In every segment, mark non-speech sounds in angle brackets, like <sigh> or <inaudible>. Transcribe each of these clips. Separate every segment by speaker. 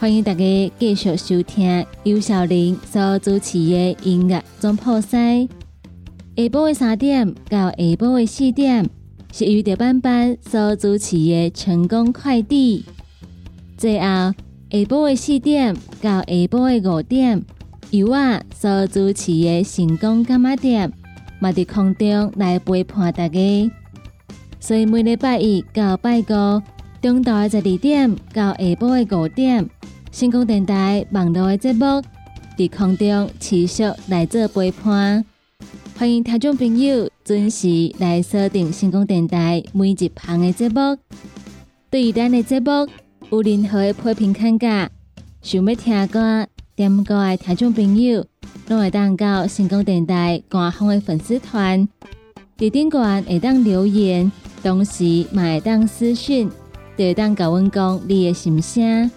Speaker 1: 欢迎大家继续收听由小玲所主持的音乐总铺塞。下晡的三点到下晡的四点是由着班班所主持的《成功快递》。最后，下晡的四点到下晡的五点，由我所主持的《成功干妈店》嘛伫空中来陪伴大家。所以每礼拜一到拜五。中昼的十二点到下晡的五点，新光电台网络的节目伫空中持续来做陪伴。欢迎听众朋友准时来锁定新光电台每一项的节目。对于咱的节目有任何的批评看价，想要听歌点歌的听众朋友，拢会当到新光电台官方的粉丝团，伫顶端会当留言，同时也会当私讯。就会当甲阮讲你的心声。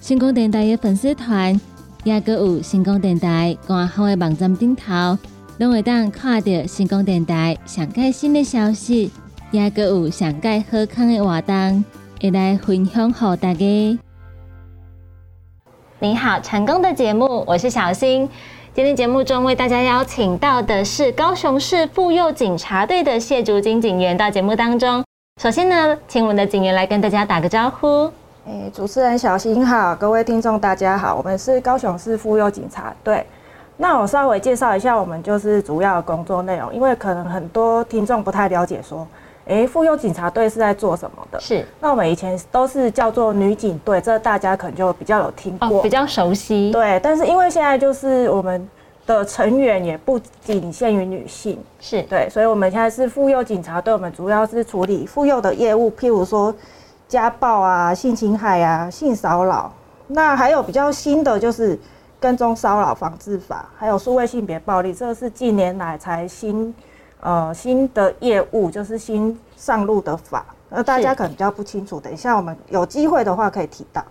Speaker 1: 成功电台的粉丝团，也阁有成功电台官方的网站顶头，拢会当看到成功电台上界新的消息，也阁有上界好康的活动，会来分享给大家。
Speaker 2: 你好，成功的节目，我是小新。今天节目中为大家邀请到的是高雄市妇幼警察队的谢竹金警员到节目当中。首先呢，请我们的警员来跟大家打个招呼。
Speaker 3: 诶，哎主持人小新好，各位听众大家好，我们是高雄市妇幼警察队。那我稍微介绍一下我们就是主要的工作内容，因为可能很多听众不太了解说，诶，妇幼警察队是在做什么的？
Speaker 2: 是
Speaker 3: 那我们以前都是叫做女警队，这大家可能就比较有听
Speaker 2: 哦，
Speaker 3: 过。
Speaker 2: 比较熟悉。
Speaker 3: 对，但是因为现在就是我们的成员也不仅限于女性，
Speaker 2: 是
Speaker 3: 对，所以我们现在是妇幼警察队，我们主要是处理妇幼的业务，譬如说家暴啊、性侵害啊、性骚扰，那还有比较新的就是跟踪骚扰防治法，还有数位性别暴力，这是近年来才新呃新的业务，就是新上路的法，那大家
Speaker 2: 是
Speaker 3: 可能比较不清楚，等一下我们有机会的话可以提到。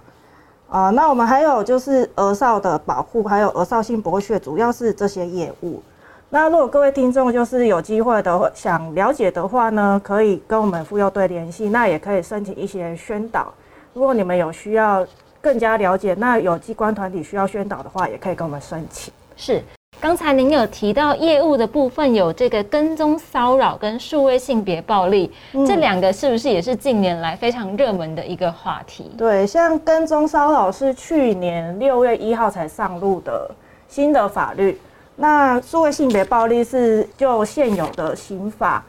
Speaker 3: 啊、那我们还有就是儿少的保护，还有儿少性剥削，主要是这些业务。那如果各位听众就是有机会的话，想了解的话呢，可以跟我们妇幼队联系，那也可以申请一些宣导。如果你们有需要更加了解，那有机关团体需要宣导的话，也可以跟我们申请。
Speaker 2: 是。刚才您有提到业务的部分有这个跟踪骚扰跟数位性别暴力，这两个是不是也是近年来非常热门的一个话题？
Speaker 3: 对，像跟踪骚扰是去年六月一号才上路的新的法律，那数位性别暴力是就现有的刑法，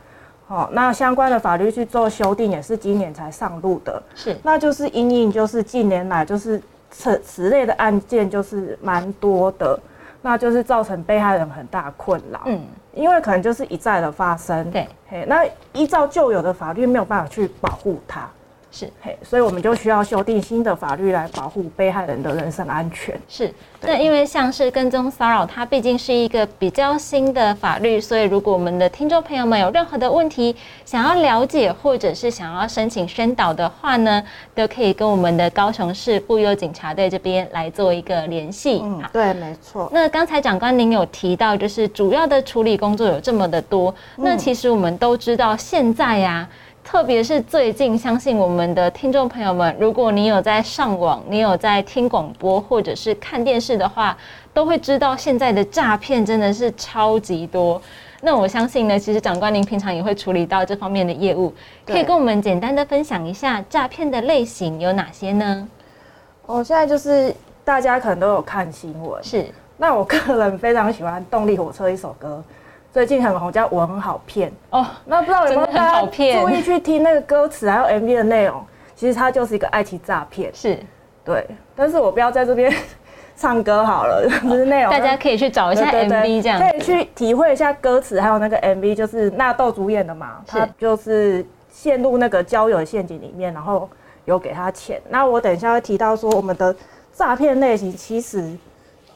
Speaker 3: 好、那相关的法律去做修订也是今年才上路的。
Speaker 2: 是
Speaker 3: 那就是因应就是近年来就是此此类的案件就是蛮多的，那就是造成被害人很大困扰。
Speaker 2: 嗯，
Speaker 3: 因为可能就是一再的发生。
Speaker 2: 对，
Speaker 3: 嘿，那依照旧有的法律没有办法去保护他，
Speaker 2: 是
Speaker 3: 嘿，所以我们就需要修订新的法律来保护被害人的人身安全。
Speaker 2: 是，那因为像是跟踪骚扰，它毕竟是一个比较新的法律，所以如果我们的听众朋友们有任何的问题想要了解，或者是想要申请宣导的话呢，都可以跟我们的高雄市妇幼警察队这边来做一个联系。
Speaker 3: 嗯
Speaker 2: 好，
Speaker 3: 对，没错。
Speaker 2: 那刚才长官您有提到，就是主要的处理工作有这么的多。
Speaker 3: 嗯
Speaker 2: 那其实我们都知道，现在呀、特别是最近，相信我们的听众朋友们，如果你有在上网，你有在听广播或者是看电视的话，都会知道现在的诈骗真的是超级多。那我相信呢，其实长官您平常也会处理到这方面的业务，可以
Speaker 3: 对
Speaker 2: 跟我们简单的分享一下诈骗的类型有哪些呢？
Speaker 3: 哦，现在就是大家可能都有看新闻。
Speaker 2: 是
Speaker 3: 那我个人非常喜欢动力火车一首歌，最近很红，叫《我很好骗》。
Speaker 2: 哦，
Speaker 3: 那不知道有没有
Speaker 2: 真的很
Speaker 3: 大
Speaker 2: 好
Speaker 3: 家
Speaker 2: 骗
Speaker 3: 注意去听那个歌词还有 MV 的内容？其实它就是一个爱情诈骗，
Speaker 2: 是，
Speaker 3: 对。但是我不要在这边 <laughs> 唱歌好了，就是内容
Speaker 2: 大家可以去找一
Speaker 3: 对
Speaker 2: 下
Speaker 3: 对对
Speaker 2: MV 这样子。
Speaker 3: 可以去体会一下歌词还有那个 MV，就是纳豆主演的嘛，
Speaker 2: 是
Speaker 3: 他就是陷入那个交友的陷阱里面，然后有给他钱。那我等一下会提到说，我们的诈骗类型其实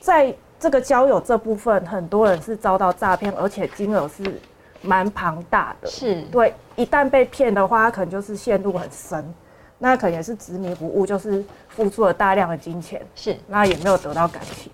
Speaker 3: 在这个交友这部分，很多人是遭到诈骗，而且金额是蛮庞大的。
Speaker 2: 是
Speaker 3: 对，一旦被骗的话，他可能就是陷入很深，那可能也是执迷不悟，就是付出了大量的金钱，
Speaker 2: 是，
Speaker 3: 那也没有得到感情。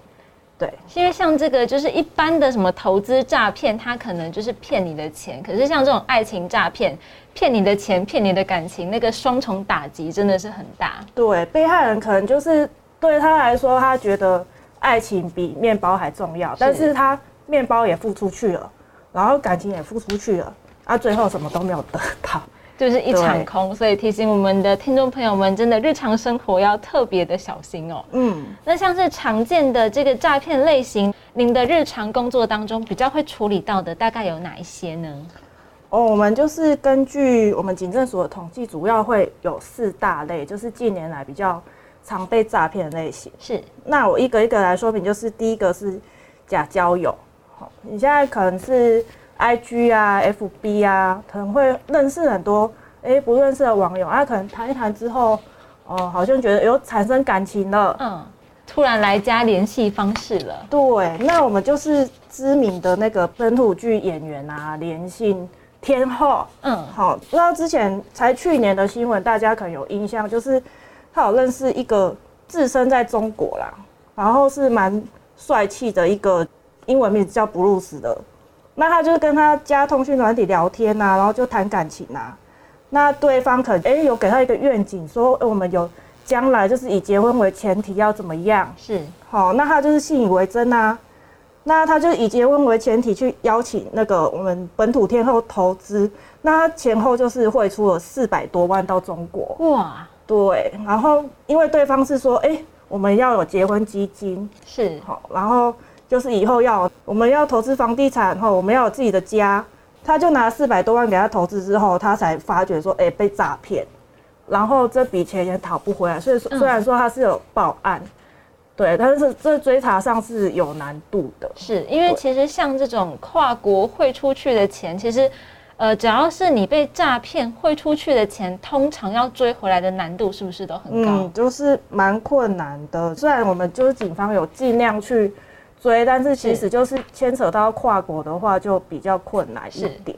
Speaker 3: 对，
Speaker 2: 是因为像这个就是一般的什么投资诈骗，它可能就是骗你的钱，可是像这种爱情诈骗，骗你的钱，骗你的感情，那个双重打击真的是很大。
Speaker 3: 对，被害人可能就是对他来说，他觉得爱情比面包还重要，但是他面包也付出去了，然后感情也付出去了，啊，最后什么都没有得到。
Speaker 2: 就是一场
Speaker 3: 对
Speaker 2: 空，所以提醒我们的听众朋友们，真的日常生活要特别的小心哦。
Speaker 3: 嗯，
Speaker 2: 那像是常见的这个诈骗类型，您的日常工作当中比较会处理到的，大概有哪一些呢？
Speaker 3: 哦，我们就是根据我们警政署的统计，主要会有四大类，就是近年来比较常被诈骗的类型。
Speaker 2: 是
Speaker 3: 那我一个一个来说明，就是第一个是假交友，好，你现在可能是 I G 啊、F B 啊，可能会认识很多诶不认识的网友，啊，可能谈一谈之后，哦、好像觉得有产生感情了。
Speaker 2: 嗯，突然来加联系方式了，
Speaker 3: 对，那我们就是知名的那个本土剧演员啊，连信天后，
Speaker 2: 嗯，
Speaker 3: 好，不知道之前才去年的新闻，大家可能有印象，就是他有认识一个置身在中国啦，然后是蛮帅气的一个英文名字叫布鲁斯的，那他就是跟他加通讯软体聊天呐、然后就谈感情呐、啊那对方可能哎、有给他一个愿景，说、哎我们有将来就是以结婚为前提要怎么样，
Speaker 2: 是
Speaker 3: 好，那他就是信以为真啊。那他就以结婚为前提去邀请那个我们本土天后投资，那他前后就是汇出了四百多万到中国。
Speaker 2: 哇，
Speaker 3: 对，然后因为对方是说，哎、我们要有结婚基金，
Speaker 2: 是
Speaker 3: 好，然后就是以后要我们要投资房地产，后我们要有自己的家。他就拿四百多万给他投资之后，他才发觉说，哎、被诈骗，然后这笔钱也讨不回来。所以说，
Speaker 2: 嗯
Speaker 3: 虽然说他是有报案，对，但是这追查上是有难度的。
Speaker 2: 是因为
Speaker 3: 对
Speaker 2: 其实像这种跨国汇出去的钱，其实，呃，只要是你被诈骗汇出去的钱，通常要追回来的难度是不是都很高？
Speaker 3: 嗯，就是蛮困难的。虽然我们就是警方有尽量去追，但是其
Speaker 2: 是
Speaker 3: 实就是牵扯到跨国的话，就比较困难一
Speaker 2: 是
Speaker 3: 点。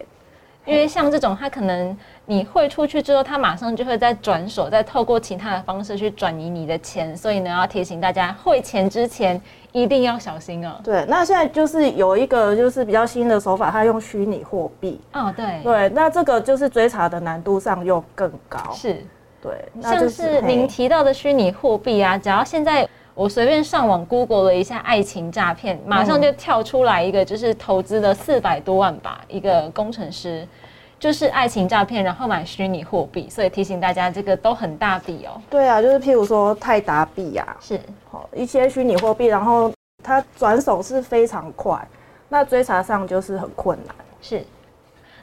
Speaker 2: 因为像这种，他可能你汇出去之后，他马上就会再转手，再透过其他的方式去转移你的钱，所以呢，要提醒大家汇钱之前一定要小心哦。
Speaker 3: 对，那现在就是有一个就是比较新的手法，它用虚拟货币。
Speaker 2: 哦，对，
Speaker 3: 对，那这个就是追查的难度上又更高。
Speaker 2: 是。
Speaker 3: 对，那
Speaker 2: 像
Speaker 3: 就是
Speaker 2: 您
Speaker 3: 嘿
Speaker 2: 提到的虚拟货币啊，只要现在我随便上网 Google 了一下爱情诈骗，马上就跳出来一个，就是投资了四百多万吧，一个工程师，就是爱情诈骗，然后买虚拟货币，所以提醒大家这个都很大笔哦。
Speaker 3: 对啊，就是譬如说泰达币啊，
Speaker 2: 是
Speaker 3: 好一些虚拟货币，然后它转手是非常快，那追查上就是很困难。
Speaker 2: 是。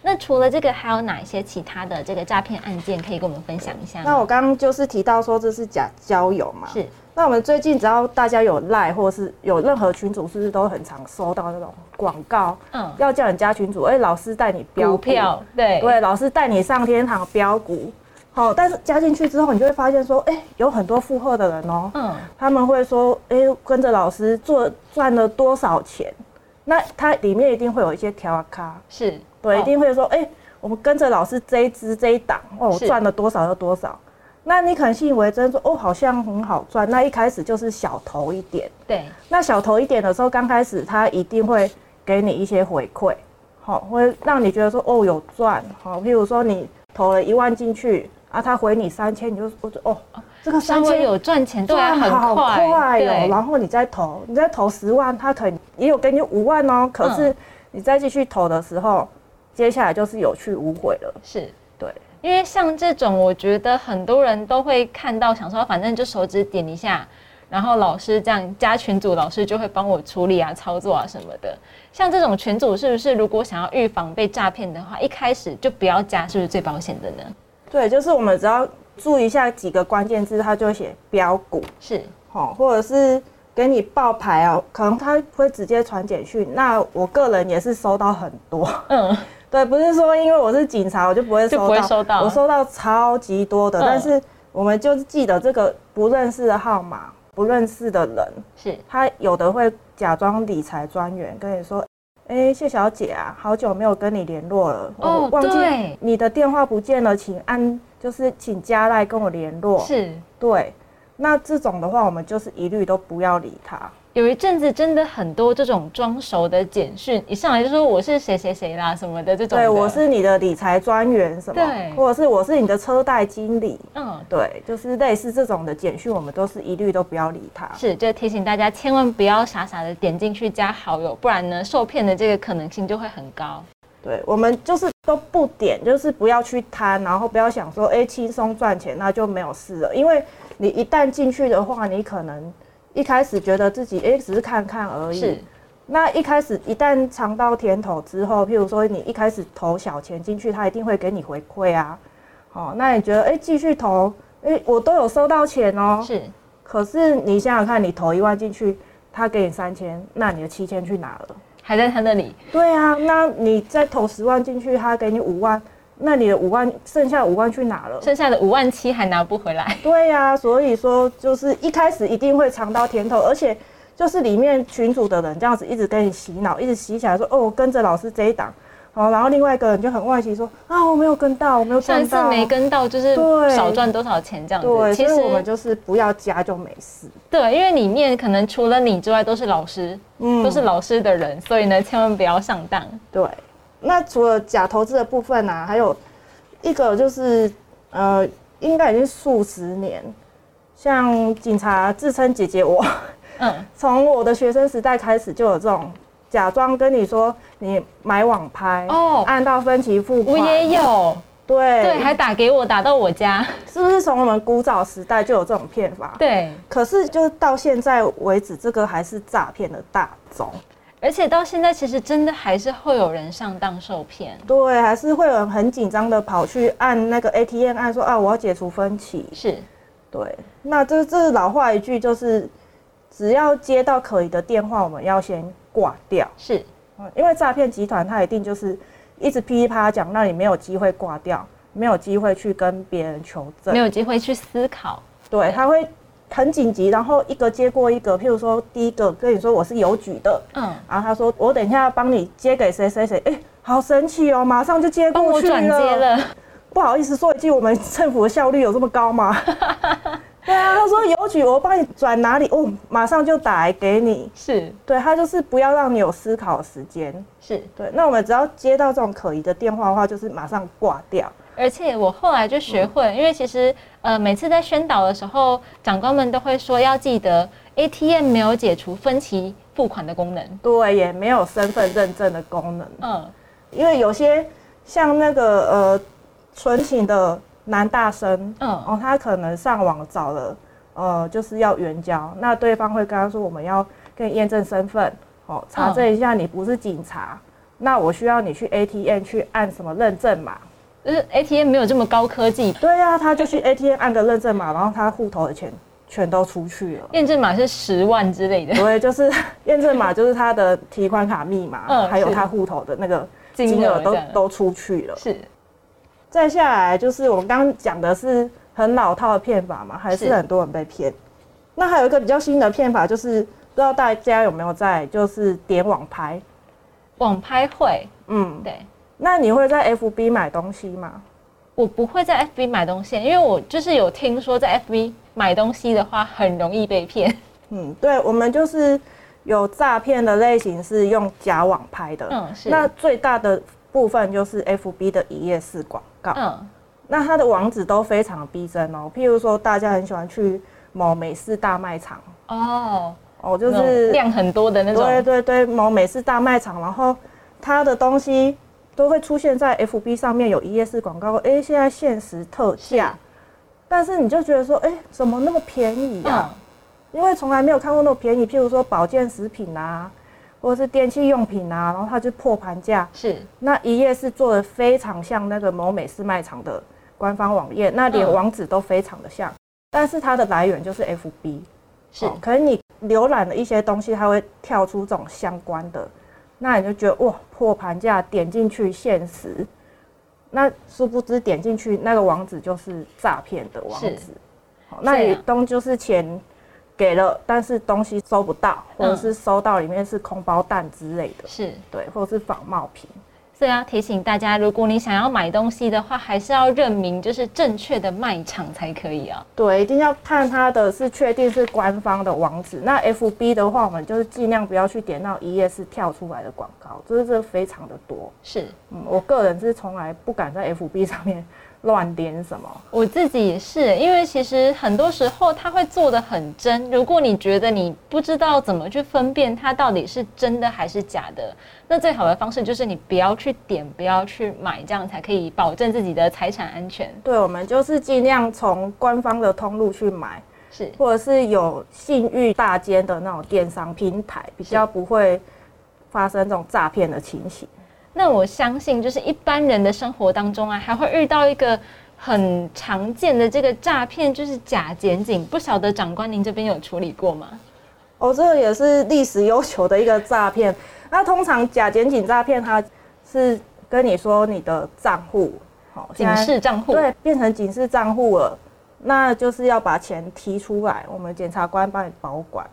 Speaker 2: 那除了这个，还有哪一些其他的这个诈骗案件可以跟我们分享一下
Speaker 3: 那
Speaker 2: 吗？
Speaker 3: 我刚刚就是提到说这是假交友嘛，
Speaker 2: 是
Speaker 3: 那我们最近只要大家有赖或是有任何群主，是不是都很常收到那种广告，
Speaker 2: 嗯，
Speaker 3: 要叫人加群主，哎、老师带你标
Speaker 2: 股
Speaker 3: 股
Speaker 2: 票对
Speaker 3: 对，老师带你上天堂标股，好，但是加进去之后，你就会发现说，哎、有很多附和的人哦、
Speaker 2: 嗯，
Speaker 3: 他们会说，哎、跟着老师做赚了多少钱？那它里面一定会有一些条啊卡，
Speaker 2: 是，
Speaker 3: 对，
Speaker 2: 哦
Speaker 3: 一定会说，哎、我们跟着老师这一支这一档，哦，我
Speaker 2: 是
Speaker 3: 赚了多少就多少。那你可能信以为真，说哦，好像很好赚。那一开始就是小投一点，
Speaker 2: 对，
Speaker 3: 那小投一点的时候，刚开始他一定会给你一些回馈，好、会让你觉得说哦有赚，好、譬如说你投了一万进去啊，他回你三千，你就我就哦，这个
Speaker 2: 稍
Speaker 3: 三
Speaker 2: 微
Speaker 3: 千
Speaker 2: 有赚钱，对啊，
Speaker 3: 赚
Speaker 2: 很
Speaker 3: 好
Speaker 2: 快，
Speaker 3: 快哦，
Speaker 2: 对，
Speaker 3: 然后你再投，你再投十万，他可能也有给你五万哦，
Speaker 2: 嗯
Speaker 3: 可是你再继续投的时候，接下来就是有去无回了，
Speaker 2: 是。
Speaker 3: 对。
Speaker 2: 因为像这种，我觉得很多人都会看到，想说反正就手指点一下，然后老师这样加群组，老师就会帮我处理啊、操作啊什么的。像这种群组，是不是如果想要预防被诈骗的话，一开始就不要加，是不是最保险的呢？
Speaker 3: 对，就是我们只要注意一下几个关键字，他就会写标股。
Speaker 2: 是
Speaker 3: 哦，或者是给你报牌啊，可能他会直接传简讯。那我个人也是收到很多，
Speaker 2: 嗯，
Speaker 3: <laughs> 对，不是说因为我是警察我就不会收
Speaker 2: 就
Speaker 3: 到，
Speaker 2: 不会收到啊
Speaker 3: 我收到超级多的，
Speaker 2: 嗯
Speaker 3: 但是我们就是记得这个不认识的号码，不认识的人，
Speaker 2: 是
Speaker 3: 他有的会假装理财专员跟你说。哎，谢小姐啊，好久没有跟你联络了，
Speaker 2: 哦
Speaker 3: 我忘记
Speaker 2: 对
Speaker 3: 你的电话不见了，请按就是请加赖跟我联络。
Speaker 2: 是。
Speaker 3: 对，那这种的话，我们就是一律都不要理他。
Speaker 2: 有一阵子真的很多这种装熟的简讯，一上来就说我是谁谁谁啦什么的这种的。
Speaker 3: 对，我是你的理财专员什
Speaker 2: 对
Speaker 3: 么，或者是我是你的车贷经理。
Speaker 2: 嗯，
Speaker 3: 对，就是类似这种的简讯，我们都是一律都不要理他。
Speaker 2: 是，就提醒大家千万不要傻傻的点进去加好友，不然呢，受骗的这个可能性就会很高。
Speaker 3: 对，我们就是都不点，就是不要去贪，然后不要想说，哎，轻松赚钱那就没有事了。因为你一旦进去的话，你可能一开始觉得自己哎只是看看而已
Speaker 2: 是，，
Speaker 3: 那一开始一旦尝到甜头之后，譬如说你一开始投小钱进去，他一定会给你回馈啊。哦，那你觉得哎继、续投，哎、我都有收到钱哦、
Speaker 2: 是，
Speaker 3: 可是你想想看，你投一万进去，他给你三千，那你的七千去哪了？
Speaker 2: 还在他那里。
Speaker 3: 对啊，那你再投十万进去，他给你五万，那你的五万剩下五万去哪了？
Speaker 2: 剩下的五万七还拿不回来。
Speaker 3: 对呀、所以说就是一开始一定会尝到甜头，而且就是里面群主的人这样子一直跟你洗脑，一直洗起来说哦，我跟着老师这一档，好，然后另外一个人就很惋惜说啊，我没有跟到，我没有
Speaker 2: 上一
Speaker 3: 赚
Speaker 2: 次
Speaker 3: 到，
Speaker 2: 没跟到，就是
Speaker 3: 对
Speaker 2: 少赚多少钱这样子。
Speaker 3: 对，
Speaker 2: 其
Speaker 3: 所
Speaker 2: 实
Speaker 3: 以我们就是不要加就没事，
Speaker 2: 对，因为里面可能除了你之外都是老师，
Speaker 3: 嗯
Speaker 2: 都是老师的人，所以呢，千万不要上当。
Speaker 3: 对。那除了假投资的部分啊，还有一个就是呃，应该已经数十年，像警察自称姐姐我。
Speaker 2: 嗯，
Speaker 3: 从我的学生时代开始就有这种假装跟你说你买网拍
Speaker 2: 哦
Speaker 3: 按到分期付
Speaker 2: 我
Speaker 3: 款，
Speaker 2: 也有，
Speaker 3: 对，
Speaker 2: 对，还打给我，打到我家，
Speaker 3: 是不是从我们古早时代就有这种骗法？，
Speaker 2: 对。
Speaker 3: 可是就到现在为止，这个还是诈骗的大宗，
Speaker 2: 而且到现在，其实真的还是会有人上当受骗，
Speaker 3: 对，还是会有人很紧张的跑去按那个 ATM 按说啊，我要解除分歧，
Speaker 2: 是
Speaker 3: 对，那这这老话一句就是，只要接到可疑的电话，我们要先挂掉。
Speaker 2: 是，
Speaker 3: 嗯因为诈骗集团他一定就是一直噼里啪啦讲，让你没有机会挂掉，没有机会去跟别人求证
Speaker 2: 没。有机会去思考，
Speaker 3: 对，他会很紧急，然后一个接过一个。譬如说，第一个跟你说我是邮局的，
Speaker 2: 嗯，
Speaker 3: 然后他说我等一下要帮你接给谁谁谁，哎、好神奇哦，马上就接
Speaker 2: 帮
Speaker 3: 过
Speaker 2: 我
Speaker 3: 去
Speaker 2: 转接了，
Speaker 3: 不好意思说一句，我们政府的效率有这么高吗？ <laughs> 对啊，他说邮局我帮你转哪里，哦，马上就打来给
Speaker 2: <laughs>
Speaker 3: 你。
Speaker 2: 是
Speaker 3: 对他就是不要让你有思考的时间。
Speaker 2: 是。
Speaker 3: 对，那我们只要接到这种可疑的电话的话，就是马上挂掉。
Speaker 2: 而且我后来就学会了，因为其实呃每次在宣导的时候，长官们都会说要记得 ATM 没有解除分期付款的功能，
Speaker 3: 对，也没有身份认证的功能，
Speaker 2: 嗯，
Speaker 3: 因为有些像那个呃纯情的男大生，
Speaker 2: 嗯
Speaker 3: 哦，他可能上网找了呃就是要援交，那对方会跟他说我们要跟你验证身份，哦，查证一下你不是警察，那我需要你去 ATM 去按什么认证码。
Speaker 2: 就是 ATM 没有这么高科技，
Speaker 3: 对呀、啊，他就去 ATM 按个认证码，然后他户头的钱全都出去了。
Speaker 2: 验证码是十万之类的
Speaker 3: <laughs> 对，就是验证码，就是他的提款卡密码，
Speaker 2: 嗯
Speaker 3: 还有
Speaker 2: 是
Speaker 3: 他户头的那个
Speaker 2: 金
Speaker 3: 金
Speaker 2: 额
Speaker 3: 额
Speaker 2: 这
Speaker 3: 都
Speaker 2: 样，
Speaker 3: 都出去了。
Speaker 2: 是
Speaker 3: 再下来就是我们刚刚讲的是很老套的骗法嘛，还是
Speaker 2: 是
Speaker 3: 很多人被骗。那还有一个比较新的骗法，就是不知道大家有没有在就是点网拍，
Speaker 2: 网拍会，
Speaker 3: 嗯，
Speaker 2: 对
Speaker 3: 那你会在 FB 买东西吗？
Speaker 2: 我不会在 FB 买东西，因为我就是有听说在 FB 买东西的话很容易被骗。
Speaker 3: 嗯，对，我们就是有诈骗的类型是用假网拍的，
Speaker 2: 嗯是
Speaker 3: 那最大的部分就是 FB 的一页式广告，
Speaker 2: 嗯，
Speaker 3: 那它的网址都非常逼真哦，譬如说大家很喜欢去某美式大卖场
Speaker 2: 哦，
Speaker 3: 哦，就
Speaker 2: 就是是量很多的那种，
Speaker 3: 对对对，某美式大卖场，然后它的东西都会出现在 FB 上面有一页式广告，哎、现在限时特
Speaker 2: 啊
Speaker 3: 价，但是你就觉得说，哎、怎么那么便宜啊？
Speaker 2: 嗯
Speaker 3: 因为从来没有看过那么便宜，譬如说保健食品啊，或者是电器用品啊，然后它就破盘价，
Speaker 2: 是
Speaker 3: 那一页是做的非常像那个某美式卖场的官方网页，那连
Speaker 2: 嗯
Speaker 3: 网址都非常的像，但是它的来源就是 FB。
Speaker 2: 是
Speaker 3: 哦，可能你浏览了一些东西，它会跳出这种相关的，那你就觉得哇破盘价，点进去限时，那殊不知点进去那个网址就是诈骗的网
Speaker 2: 是
Speaker 3: 址，哦那你
Speaker 2: 这样
Speaker 3: 东就是钱给了，但是东西收不到，或者
Speaker 2: 嗯
Speaker 3: 是收到里面是空包蛋之类的，
Speaker 2: 是。
Speaker 3: 对，或者是仿冒品。
Speaker 2: 所以要提醒大家，如果你想要买东西的话，还是要认明就是正确的卖场才可以啊。
Speaker 3: 对，一定要看它的是确定是官方的网址。那 FB 的话，我们就是尽量不要去点到一页是跳出来的广告，就是这非常的多。
Speaker 2: 是
Speaker 3: 嗯，我个人是从来不敢在 FB 上面 <laughs> 乱点什么。
Speaker 2: 我自己也是，因为其实很多时候他会做的很真。如果你觉得你不知道怎么去分辨它到底是真的还是假的，那最好的方式就是你不要去点，不要去买，这样才可以保证自己的财产安全。
Speaker 3: 对，我们就是尽量从官方的通路去买，
Speaker 2: 是
Speaker 3: 或者是有信誉大间的那种电商平台，比较不会发生这种诈骗的情形。
Speaker 2: 那我相信，就是一般人的生活当中啊，还会遇到一个很常见的这个诈骗，就是假检警。不晓得长官您这边有处理过吗？
Speaker 3: 哦，这个也是历史悠久的一个诈骗。那通常假检警诈骗，它是跟你说你的账户，好、现
Speaker 2: 警
Speaker 3: 在
Speaker 2: 示账户，
Speaker 3: 对，变成警示账户了，那就是要把钱提出来，我们检察官帮你保管。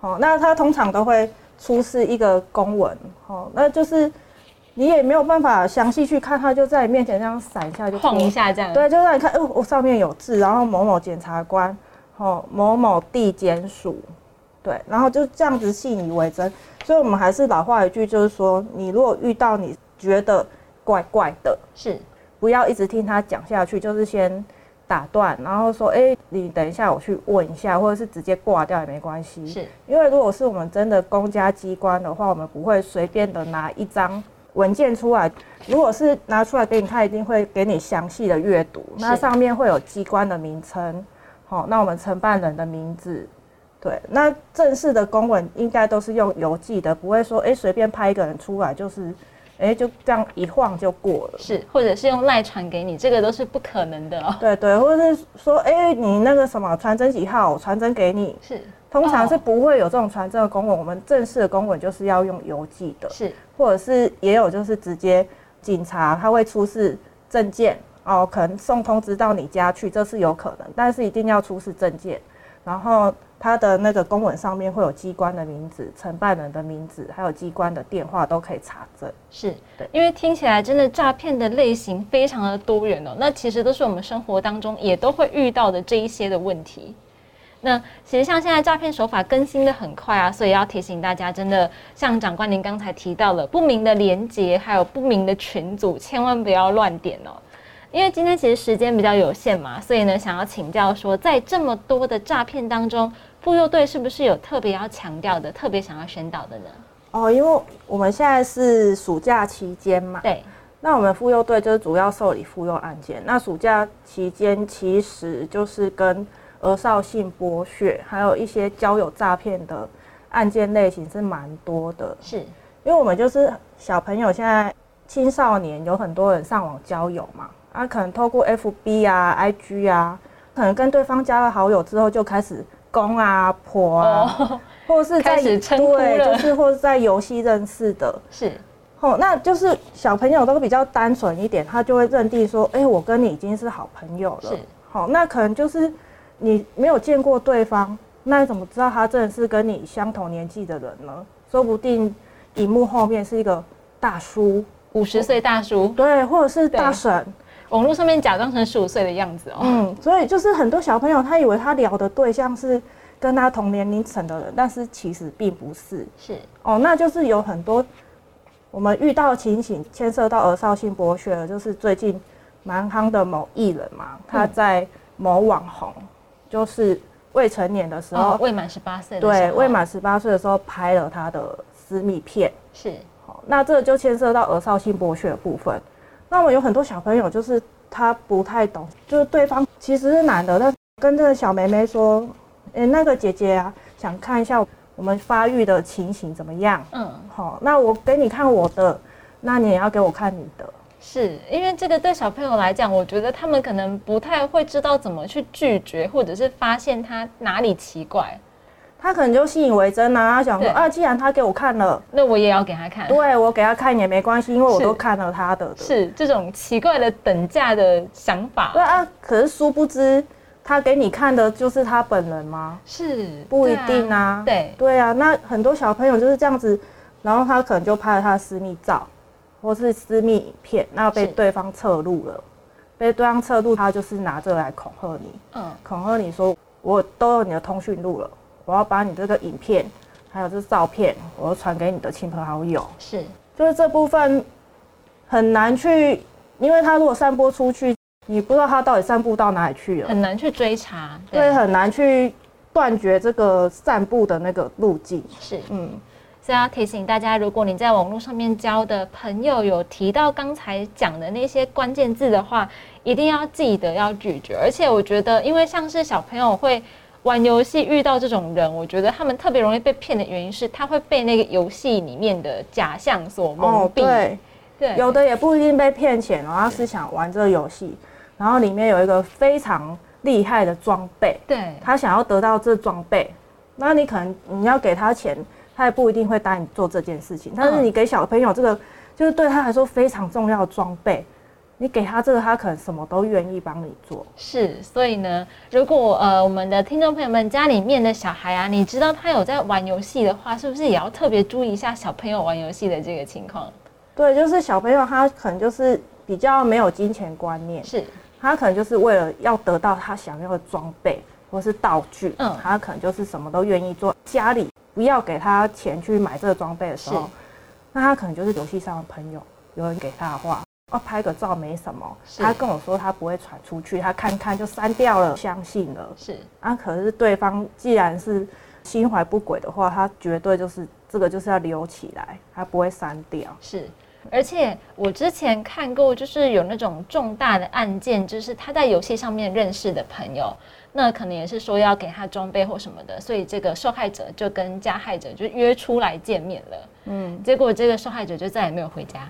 Speaker 3: 好、那他通常都会出示一个公文，好、那就是你也没有办法详细去看，他就在你面前这样闪一下就
Speaker 2: 晃
Speaker 3: 过
Speaker 2: 一下这样。
Speaker 3: 对，就让你看，哦，我上面有字，然后某某检察官，哦，某某地检署，对，然后就这样子信以为真。所以我们还是老话一句，就是说，你如果遇到你觉得怪怪的，
Speaker 2: 是
Speaker 3: 不要一直听他讲下去，就是先打断，然后说，哎，你等一下，我去问一下，或者是直接挂掉也没关系。
Speaker 2: 是
Speaker 3: 因为如果是我们真的公家机关的话，我们不会随便的拿一张文件出来。如果是拿出来给你，他一定会给你详细的阅读，
Speaker 2: 是
Speaker 3: 那上面会有机关的名称，好、那我们承办人的名字，对，那正式的公文应该都是用邮寄的，不会说哎随便拍一个人出来就是，哎就这样一晃就过了。
Speaker 2: 是，或者是用赖传给你，这个都是不可能的哦。
Speaker 3: 对对，或者是说，哎、你那个什么传真几号，我传真给你，
Speaker 2: 是
Speaker 3: 通常是
Speaker 2: 哦
Speaker 3: 不会有这种传真的公文，我们正式的公文就是要用邮寄的，
Speaker 2: 是
Speaker 3: 或者是也有就是直接警察他会出示证件哦，可能送通知到你家去，这是有可能，但是一定要出示证件，然后他的那个公文上面会有机关的名字、承办人的名字，还有机关的电话都可以查证。
Speaker 2: 是
Speaker 3: 对，
Speaker 2: 因为听起来真的诈骗的类型非常的多元哦。那其实都是我们生活当中也都会遇到的这一些的问题。那其实像现在诈骗手法更新的很快啊，所以要提醒大家，真的像长官您刚才提到了不明的连接，还有不明的群组，千万不要乱点哦。因为今天其实时间比较有限嘛，所以呢，想要请教说，在这么多的诈骗当中，妇幼队是不是有特别要强调的、特别想要宣导的呢？
Speaker 3: 哦，因为我们现在是暑假期间嘛，
Speaker 2: 对，
Speaker 3: 那我们妇幼队就是主要受理妇幼案件。那暑假期间其实就是跟儿少性剥削，还有一些交友诈骗的案件类型是蛮多的。
Speaker 2: 是
Speaker 3: 因为我们就是小朋友现在青少年有很多人上网交友嘛，啊，可能透过 FB 啊、IG 啊，可能跟对方加了好友之后就开始公啊、婆啊，
Speaker 2: 哦， <laughs>
Speaker 3: 或者是在
Speaker 2: 开始称呼
Speaker 3: 对，
Speaker 2: 了
Speaker 3: 就是或者在游戏认识的。
Speaker 2: 是
Speaker 3: 哦，那就是小朋友都比较单纯一点，他就会认定说，哎、我跟你已经是好朋友了
Speaker 2: 是。
Speaker 3: 好、那可能就是你没有见过对方，那你怎么知道他真的是跟你相同年纪的人呢？说不定荧幕后面是一个大叔，
Speaker 2: 五十岁大叔，
Speaker 3: 对，或者是大
Speaker 2: 对
Speaker 3: 婶，
Speaker 2: 网络上面假装成十五岁的样子哦。
Speaker 3: 嗯，所以就是很多小朋友他以为他聊的对象是跟他同年龄层的人，但是其实并不是
Speaker 2: 是，
Speaker 3: 哦，那就是有很多我们遇到情形牵涉到儿少性剥削，就是最近蛮夯的某艺人嘛，
Speaker 2: 嗯
Speaker 3: 他在某网红就是未成年的时候，
Speaker 2: 哦，未满十八岁的时
Speaker 3: 对
Speaker 2: 候
Speaker 3: 未满十八岁的时候拍了他的私密片，
Speaker 2: 是
Speaker 3: 好，那这就牵涉到儿少性剥削的部分。那我有很多小朋友就是他不太懂，就是对方其实是男的，但是跟这个小妹妹说，诶、那个姐姐啊，想看一下我们发育的情形怎么样？
Speaker 2: 嗯，
Speaker 3: 好，那我给你看我的，那你也要给我看你的。
Speaker 2: 是因为这个对小朋友来讲，我觉得他们可能不太会知道怎么去拒绝，或者是发现他哪里奇怪，
Speaker 3: 他可能就信以为真啊，他想说
Speaker 2: 对
Speaker 3: 啊，既然他给我看了，
Speaker 2: 那我也要给他看。
Speaker 3: 对我给他看也没关系，因为我
Speaker 2: 是
Speaker 3: 都看了他的。
Speaker 2: 是这种奇怪的等价的想法
Speaker 3: 对，啊，可是殊不知他给你看的就是他本人吗？
Speaker 2: 是
Speaker 3: 不一定啊
Speaker 2: 对
Speaker 3: 对啊，那很多小朋友就是这样子，然后他可能就拍了他的私密照，或是私密影片，那被
Speaker 2: 是
Speaker 3: 对方侧录了，被对方侧录，他就是拿这个来恐吓你，
Speaker 2: 嗯，
Speaker 3: 恐吓你说我都有你的通讯录了，我要把你这个影片还有这照片，我要传给你的亲朋好友，
Speaker 2: 是
Speaker 3: 就是这部分很难去，因为他如果散播出去，你不知道他到底散布到哪里去了，
Speaker 2: 很难去追查。
Speaker 3: 所以很难去断绝这个散布的那个路径。
Speaker 2: 是，
Speaker 3: 嗯，
Speaker 2: 所以要提醒大家，如果你在网络上面交的朋友有提到刚才讲的那些关键字的话，一定要记得要拒绝。而且我觉得，因为像是小朋友会。玩游戏遇到这种人，我觉得他们特别容易被骗的原因是，他会被那个游戏里面的假象所蒙
Speaker 3: 哦，
Speaker 2: 蔽。
Speaker 3: 对，
Speaker 2: 对，
Speaker 3: 有的也不一定被骗钱哦，然后是想玩这个游戏，然后里面有一个非常厉害的装备，
Speaker 2: 对，
Speaker 3: 他想要得到这装备，那你可能你要给他钱，他也不一定会答应做这件事情。但是
Speaker 2: 嗯
Speaker 3: 你给小朋友这个，就是对他来说非常重要的装备，你给他这个，他可能什么都愿意帮你做。
Speaker 2: 是，所以呢，如果呃我们的听众朋友们家里面的小孩啊，你知道他有在玩游戏的话，是不是也要特别注意一下小朋友玩游戏的这个情况？
Speaker 3: 对，就是小朋友他可能就是比较没有金钱观念，
Speaker 2: 是，
Speaker 3: 他可能就是为了要得到他想要的装备或是道具，
Speaker 2: 嗯
Speaker 3: 他可能就是什么都愿意做。家里不要给他钱去买这个装备的时
Speaker 2: 是
Speaker 3: 候，那他可能就是游戏上的朋友，有人给他的话，哦，拍个照没什么。
Speaker 2: 是
Speaker 3: 他跟我说他不会传出去，他看看就删掉了，相信了。
Speaker 2: 是，
Speaker 3: 啊，可是对方既然是心怀不轨的话，他绝对就是这个就是要留起来，他不会删掉。
Speaker 2: 是。而且我之前看过，就是有那种重大的案件，就是他在游戏上面认识的朋友，那可能也是说要给他装备或什么的，所以这个受害者就跟加害者就约出来见面了。嗯，结果这个受害者就再也没有回家。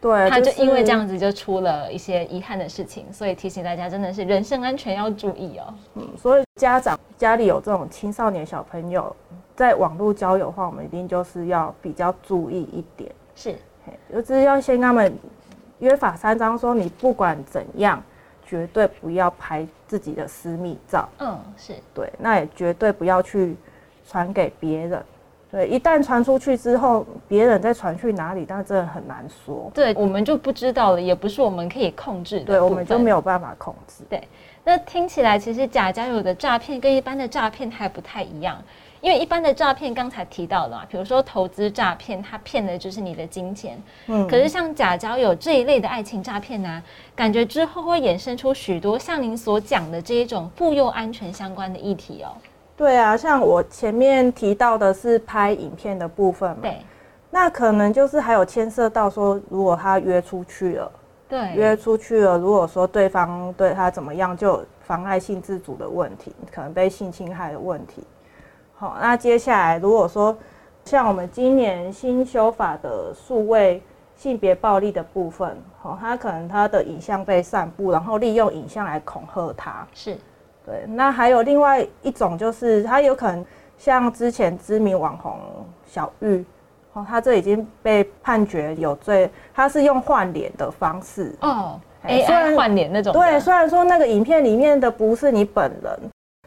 Speaker 3: 对，
Speaker 2: 他就是因为这样子就出了一些遗憾的事情，所以提醒大家真的是人身安全要注意哦。
Speaker 3: 嗯所以家长家里有这种青少年小朋友在网络交友的话，我们一定就是要比较注意一点，
Speaker 2: 是
Speaker 3: 嘿就是要先跟他们约法三章，说你不管怎样，绝对不要拍自己的私密照，
Speaker 2: 嗯，是
Speaker 3: 对，那也绝对不要去传给别人。对，一旦传出去之后，别人再传去哪里，但真的很难说。
Speaker 2: 对，我们就不知道了，也不是我们可以控制的。
Speaker 3: 对，我们就没
Speaker 2: 有。
Speaker 3: 有办法控制。
Speaker 2: 那听起来，其实假交友的诈骗跟一般的诈骗还不太一样，因为一般的诈骗刚才提到了嘛，比如说投资诈骗，它骗的就是你的金钱。
Speaker 3: 嗯
Speaker 2: 可是像假交友这一类的爱情诈骗呢、啊感觉之后会衍生出许多像您所讲的这一种妇幼安全相关的议题哦。
Speaker 3: 对啊，像我前面提到的是拍影片的部分嘛，
Speaker 2: 对
Speaker 3: 那可能就是还有牵涉到说，如果他约出去了，
Speaker 2: 对，
Speaker 3: 约出去了，如果说对方对他怎么样，就有妨碍性自主的问题，可能被性侵害的问题。好，那接下来如果说像我们今年新修法的数位性别暴力的部分，好，他可能他的影像被散布，然后利用影像来恐吓他。
Speaker 2: 是
Speaker 3: 对，那还有另外一种就是，他有可能像之前知名网红小玉，哦，他这已经被判决有罪，他是用换脸的方式。
Speaker 2: 哦
Speaker 3: 哎虽然
Speaker 2: ，AI 换脸那种的，
Speaker 3: 对，虽然说那个影片里面的不是你本人，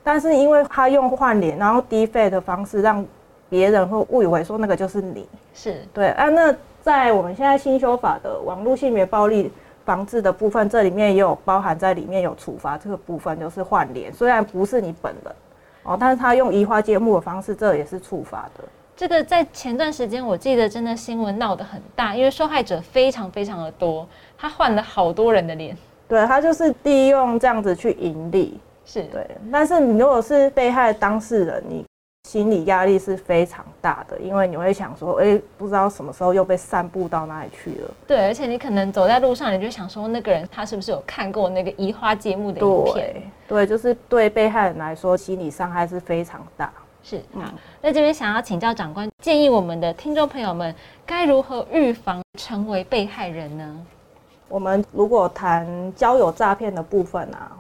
Speaker 3: 但是因为他用换脸，然后低费的方式，让别人会误以为说那个就是你。
Speaker 2: 是
Speaker 3: 对啊，那在我们现在新修法的网络性别暴力防治的部分，这里面也有包含在里面有处罚这个部分，就是换脸，虽然不是你本人哦，但是他用移花接木的方式，这也是处罚的。
Speaker 2: 这个在前段时间，我记得真的新闻闹得很大，因为受害者非常非常的多，他换了好多人的脸，
Speaker 3: 对他就是利用这样子去盈利，
Speaker 2: 是
Speaker 3: 对。但是你如果是被害当事人，你心理压力是非常大的，因为你会想说，哎、不知道什么时候又被散布到哪里去了。
Speaker 2: 对，而且你可能走在路上，你就想说那个人他是不是有看过那个移花接木的影片？
Speaker 3: 对，就是对被害人来说，心理伤害是非常大。
Speaker 2: 是
Speaker 3: 嗯
Speaker 2: 好，那这边想要请教长官，建议我们的听众朋友们该如何预防成为被害人呢？
Speaker 3: 我们如果谈交友诈骗的部分啊，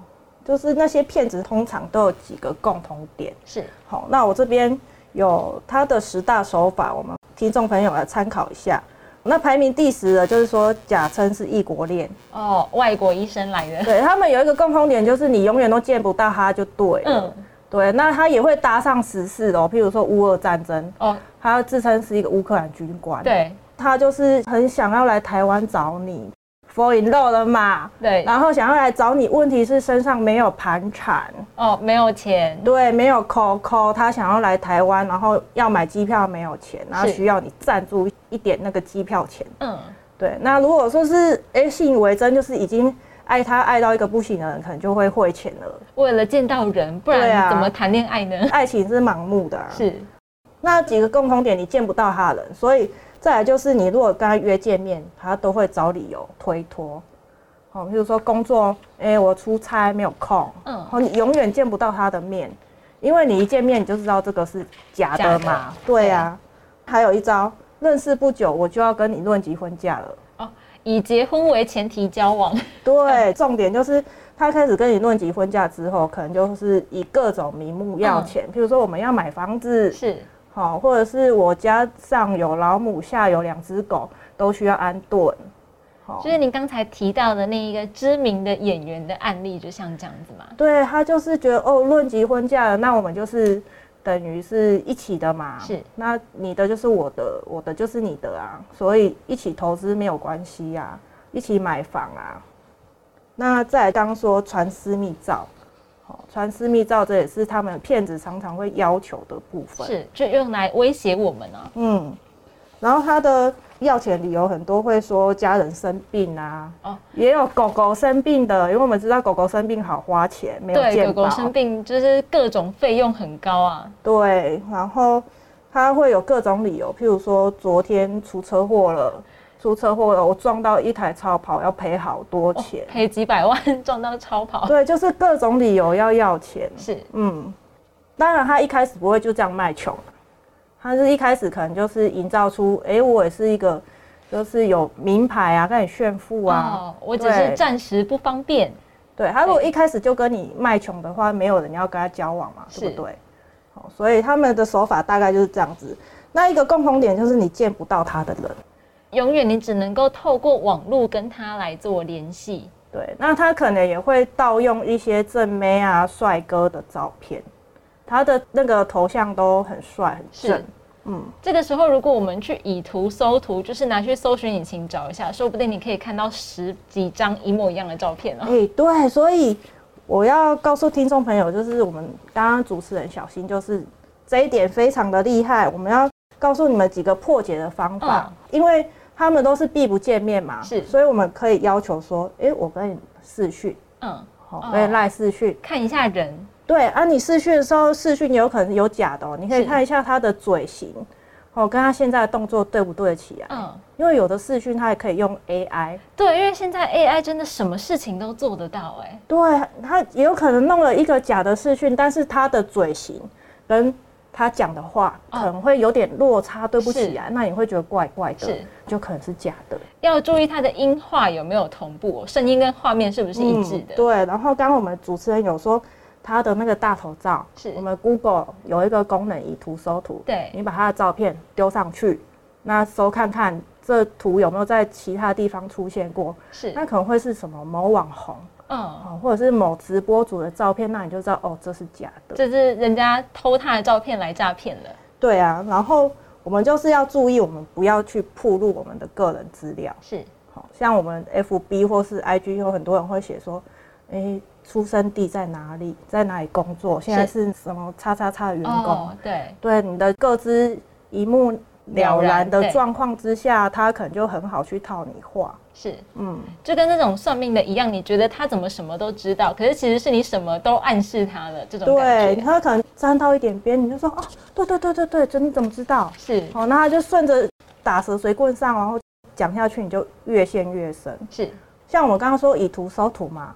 Speaker 3: 就是那些骗子通常都有几个共同点。
Speaker 2: 是
Speaker 3: 好，那我这边有他的十大手法，我们听众朋友来参考一下。那排名第十的就是说假称是异
Speaker 2: <laughs>
Speaker 3: 国恋，
Speaker 2: 哦，外国医生来的，
Speaker 3: 对他们有一个共同点，就是你永远都见不到他就对了。
Speaker 2: 嗯，
Speaker 3: 对，那他也会搭上时事哦，譬如说乌俄战争，
Speaker 2: 哦，
Speaker 3: 他自称是一个乌克兰军官，，
Speaker 2: 对
Speaker 3: 他就是很想要来台湾找你，fall in love 了嘛，
Speaker 2: 对，
Speaker 3: 然后想要来找你，问题是身上没有盘缠，
Speaker 2: 哦，没有钱，
Speaker 3: 对，没有 COCO，他想要来台湾，然后要买机票没有钱，然后
Speaker 2: 是
Speaker 3: 需要你赞助一点那个机票钱。
Speaker 2: 嗯，
Speaker 3: 对，那如果说是哎信以为真，就是已经爱他爱到一个不行的人，可能就会汇钱了。
Speaker 2: 为了见到人，不
Speaker 3: 对
Speaker 2: 然
Speaker 3: 啊
Speaker 2: 怎么谈恋爱呢？
Speaker 3: 爱情是盲目的、啊，
Speaker 2: 是
Speaker 3: 那几个共同点你见不到他的人，所以再来就是你如果跟他约见面，他都会找理由推脱。好、比如说工作，哎、我出差没有空，
Speaker 2: 嗯
Speaker 3: <laughs> 嗯，哦，你永远见不到他的面，因为你一见面你就知道这个是假的
Speaker 2: 假的
Speaker 3: 嘛，对啊。还有一招，认识不久我就要跟你论及婚嫁了，
Speaker 2: 以结婚为前提交往，
Speaker 3: 对，重点就是他开始跟你论及婚嫁之后，可能就是以各种名目要
Speaker 2: 嗯
Speaker 3: 钱，譬如说我们要买房子，
Speaker 2: 是
Speaker 3: 好，或者是我家上有老母，下有两只狗，都需要安顿。好
Speaker 2: 就，是您刚才提到的那一个知名的演员的案例，就像这样子嘛。
Speaker 3: 对他就是觉得哦，论及婚嫁了，那我们就是等于是一起的嘛。
Speaker 2: 是，
Speaker 3: 那你的就是我的，我的就是你的啊，所以一起投资没有关系呀、啊，一起买房啊。那再来刚说传私密照，好，传私密照这也是他们骗子常常会要求的部分。
Speaker 2: 是，就用来威胁我们啊。
Speaker 3: 嗯，然后他的要钱理由很多，会说家人生病啊，
Speaker 2: 哦
Speaker 3: 也有狗狗生病的，因为我们知道狗狗生病好花钱，没有
Speaker 2: 对，
Speaker 3: 健
Speaker 2: 狗
Speaker 3: 保，
Speaker 2: 狗生病就是各种费用很高啊。
Speaker 3: 对，然后他会有各种理由，譬如说昨天出车祸了。出车祸了，我撞到一台超跑，要赔好多
Speaker 2: 哦
Speaker 3: 钱。
Speaker 2: 赔几百万撞到超
Speaker 3: <laughs>
Speaker 2: 跑，
Speaker 3: 对，就是各种理由要要钱。
Speaker 2: 是
Speaker 3: 嗯，当然他一开始不会就这样卖穷，他是一开始可能就是营造出，诶，我也是一个就是有名牌啊，跟你炫富啊。
Speaker 2: 哦，我只是
Speaker 3: 对
Speaker 2: 暂时不方便，
Speaker 3: 对，他如果一开始就跟你卖穷的话，没有人要跟他交往嘛，
Speaker 2: 是
Speaker 3: 对不对？好，所以他们的手法大概就是这样子。那一个共同点就是你见不到他的人。
Speaker 2: 永远你只能够透过网络跟他来做联系。
Speaker 3: 对，那他可能也会盗用一些正妹啊、帅哥的照片，他的那个头像都很帅、很正
Speaker 2: 是。，
Speaker 3: 嗯，
Speaker 2: 这个时候如果我们去以图搜图，就是拿去搜寻引擎找一下，说不定你可以看到十几张一模一样的照片哦
Speaker 3: 哎、。对，所以我要告诉听众朋友，就是我们刚刚主持人小新，就是这一点非常的厉害。我们要告诉你们几个破解的方法，因为他们都是避不见面嘛，
Speaker 2: 嗯是
Speaker 3: 所以我们可以要求说，哎、我跟你视讯，
Speaker 2: 嗯，
Speaker 3: 好、
Speaker 2: 哦
Speaker 3: 跟你赖视讯。
Speaker 2: 看一下人，
Speaker 3: 对啊，你视讯的时候，视讯也有可能有假的哦，你可以
Speaker 2: 是
Speaker 3: 看一下他的嘴型，哦，跟他现在的动作对不对得起来？
Speaker 2: 嗯。
Speaker 3: 因为有的视讯它也可以用 AI，
Speaker 2: 对，因为现在 AI 真的什么事情都做得到、哎，
Speaker 3: 对他也有可能弄了一个假的视讯，但是他的嘴型跟他讲的话
Speaker 2: 哦
Speaker 3: 可能会有点落差，对不起啊，那你会觉得怪怪的
Speaker 2: 是，
Speaker 3: 就可能是假的，
Speaker 2: 要注意它的音画有没有同步、哦，声音跟画面是不是一致的？
Speaker 3: 嗯对，然后刚刚我们主持人有说。他的那个大头照，
Speaker 2: 是
Speaker 3: 我们 Google 有一个功能以图搜图，
Speaker 2: 对
Speaker 3: 你把他的照片丢上去，那搜看看这图有没有在其他地方出现过，
Speaker 2: 是，
Speaker 3: 那可能会是什么某网红
Speaker 2: 嗯，
Speaker 3: 哦，或者是某直播主的照片，那你就知道哦，这是假的。
Speaker 2: 这是人家偷他的照片来诈骗的，
Speaker 3: 对啊，然后我们就是要注意，我们不要去曝露我们的个人资料。
Speaker 2: 是，
Speaker 3: 好像我们 FB 或是 IG 有很多人会写说，诶、出生地在哪里，在哪里工作，现在是什么叉叉叉的员工，
Speaker 2: 哦，对，
Speaker 3: 对你的各自一目了然
Speaker 2: 了然
Speaker 3: 的
Speaker 2: 对
Speaker 3: 状况之下，他可能就很好去套你话。
Speaker 2: 是，
Speaker 3: 嗯，
Speaker 2: 就跟那种算命的一样，你觉得他怎么什么都知道，可是其实是你什么都暗示他了，这种
Speaker 3: 对
Speaker 2: 感觉，
Speaker 3: 他可能沾到一点边，你就说哦，对对对对对，这你怎么知道？
Speaker 2: 是
Speaker 3: 好，那他就顺着打蛇随棍上，然后讲下去，你就越陷越深。
Speaker 2: 是，
Speaker 3: 像我刚刚说以图搜图嘛，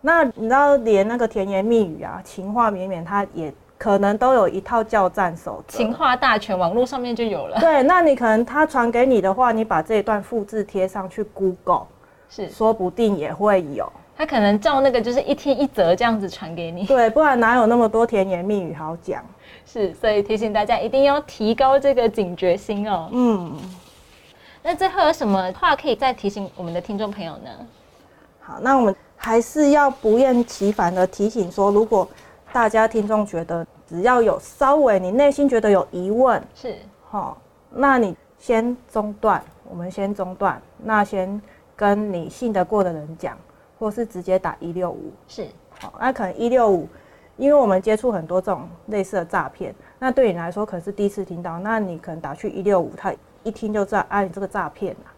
Speaker 3: 那你知道连那个甜言蜜语啊、情话绵绵，它也可能都有一套教战守则。
Speaker 2: 情话大全，网络上面就有了，
Speaker 3: 对，那你可能他传给你的话，你把这一段复制贴上去 Google，
Speaker 2: 是
Speaker 3: 说不定也会有。
Speaker 2: 他可能照那个就是一天一则这样子传给你，
Speaker 3: 对，不然哪有那么多甜言蜜语好讲？
Speaker 2: 是，所以提醒大家一定要提高这个警觉心哦。
Speaker 3: 嗯，
Speaker 2: 那最后有什么话可以再提醒我们的听众朋友呢？
Speaker 3: 好，那我们还是要不厌其烦的提醒说，如果大家听众觉得只要有稍微你内心觉得有疑问，
Speaker 2: 是
Speaker 3: 好，那你先中断，我们先中断，那先跟你信得过的人讲，或是直接打一六五。
Speaker 2: 是
Speaker 3: 好，那可能一六五，因为我们接触很多这种类似的诈骗，那对你来说可能是第一次听到，那你可能打去一六五，他一听就知道，啊，你这个诈骗啊。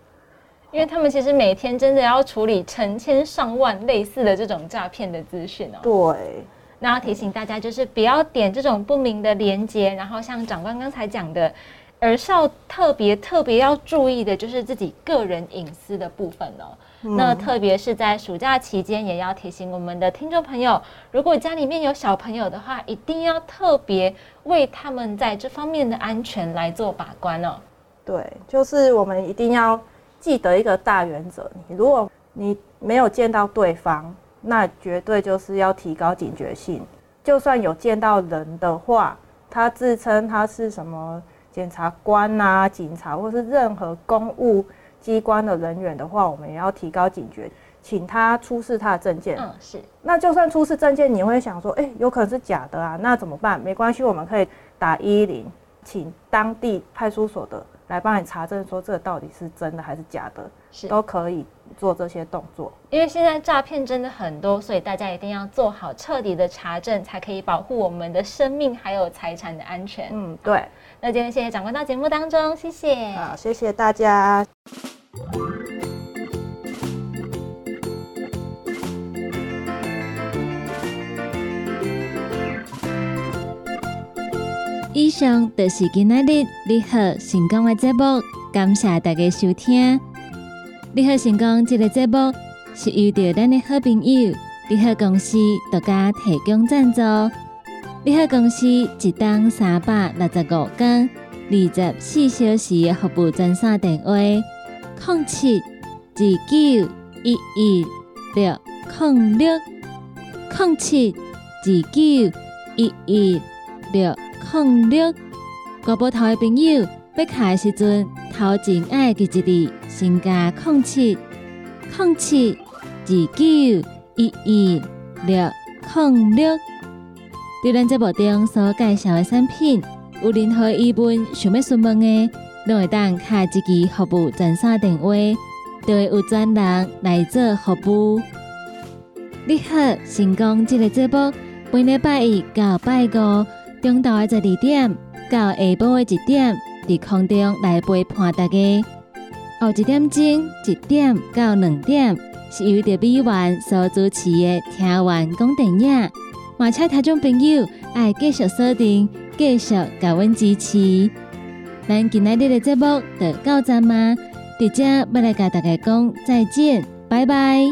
Speaker 2: 因为他们其实每天真的要处理成千上万类似的这种诈骗的资讯哦。
Speaker 3: 对，
Speaker 2: 那要提醒大家，就是不要点这种不明的连接，然后像长官刚才讲的，儿少特别特别要注意的就是自己个人隐私的部分哦。
Speaker 3: 嗯
Speaker 2: 那特别是在暑假期间，也要提醒我们的听众朋友，如果家里面有小朋友的话，一定要特别为他们在这方面的安全来做把关哦。
Speaker 3: 对，就是我们一定要记得一个大原则，你如果你没有见到对方，那绝对就是要提高警觉性。就算有见到人的话，他自称他是什么检察官啊、警察或是任何公务机关的人员的话，我们也要提高警觉，请他出示他的证件。
Speaker 2: 嗯，是
Speaker 3: 那就算出示证件，你会想说，哎、有可能是假的啊，那怎么办？没关系，我们可以打一零，请当地派出所的来帮你查证，说这个到底是真的还是假的，
Speaker 2: 是。
Speaker 3: 都可以做这些动作。
Speaker 2: 因为现在诈骗真的很多，所以大家一定要做好彻底的查证，才可以保护我们的生命还有财产的安全。
Speaker 3: 嗯，对，
Speaker 2: 那今天谢谢长官到节目当中，谢谢。
Speaker 3: 好，谢谢大家。
Speaker 1: 以上就是今仔日你好成功的节目，感谢大家收听。你好成功这个节目是由着咱的好朋友你好公司独家提供赞助。你好公司一档三百六十五天、二十四小时的服务专线电话：零七二九一一六零六零七二九一一六零六。国宝头的朋友，要开的时阵，头前爱记一字，先加空七，空七二九一一六零六。对咱节目中所介绍的产品，有任何疑问想要询问的，拢会当敲一支服务专线电话，就会有专人来做服务。你好，成功这个节目，每礼拜一到拜五。中昼的十二点到下晡的一点，伫空中来陪伴大家。后一点钟一点到两点，是由着美元所主持的《听完讲电影》，嘛请听众朋友爱继续锁定，继续甲阮支持。咱今仔日的节目就到这嘛，伫遮要来甲大家讲再见，拜拜。